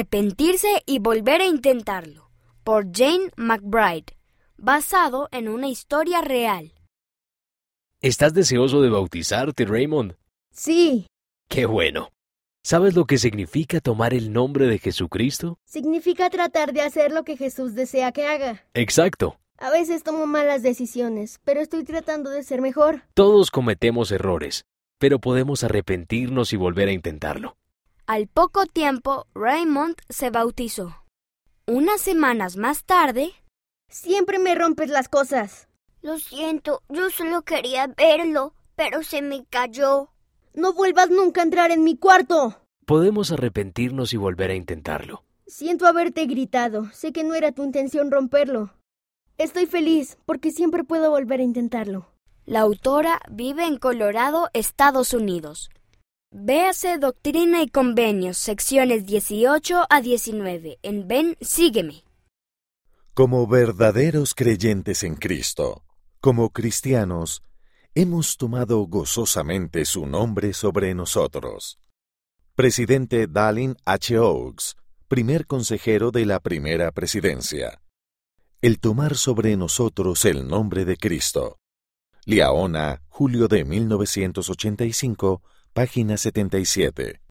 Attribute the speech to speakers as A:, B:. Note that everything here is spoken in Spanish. A: Arrepentirse y volver a intentarlo, por Jane McBride, basado en una historia real.
B: ¿Estás deseoso de bautizarte, Raymond?
C: Sí,
B: ¡Qué bueno! ¿Sabes lo que significa tomar el nombre de Jesucristo?
C: significa tratar de hacer lo que Jesús desea que haga.
B: Exacto.
C: A veces tomo malas decisiones, pero estoy tratando de ser mejor.
B: Todos cometemos errores, pero podemos arrepentirnos y volver a intentarlo.
A: Al poco tiempo, Raymond se bautizó. Unas semanas más tarde,
C: Siempre me rompes las cosas.
D: Lo siento, yo solo quería verlo, pero se me cayó.
C: No vuelvas nunca a entrar en mi cuarto.
B: Podemos arrepentirnos y volver a intentarlo.
C: Siento haberte gritado. Sé que no era tu intención romperlo. Estoy feliz porque siempre puedo volver a intentarlo.
A: la autora vive en Colorado, Estados Unidos. Véase Doctrina y Convenios, secciones 18 a 19, en Ven, sígueme.
E: Como verdaderos creyentes en Cristo, como cristianos, hemos tomado gozosamente su nombre sobre nosotros. Presidente Dallin H. Oaks, primer consejero de la primera presidencia. El tomar sobre nosotros el nombre de Cristo. Liaona, julio de 1985, página 77.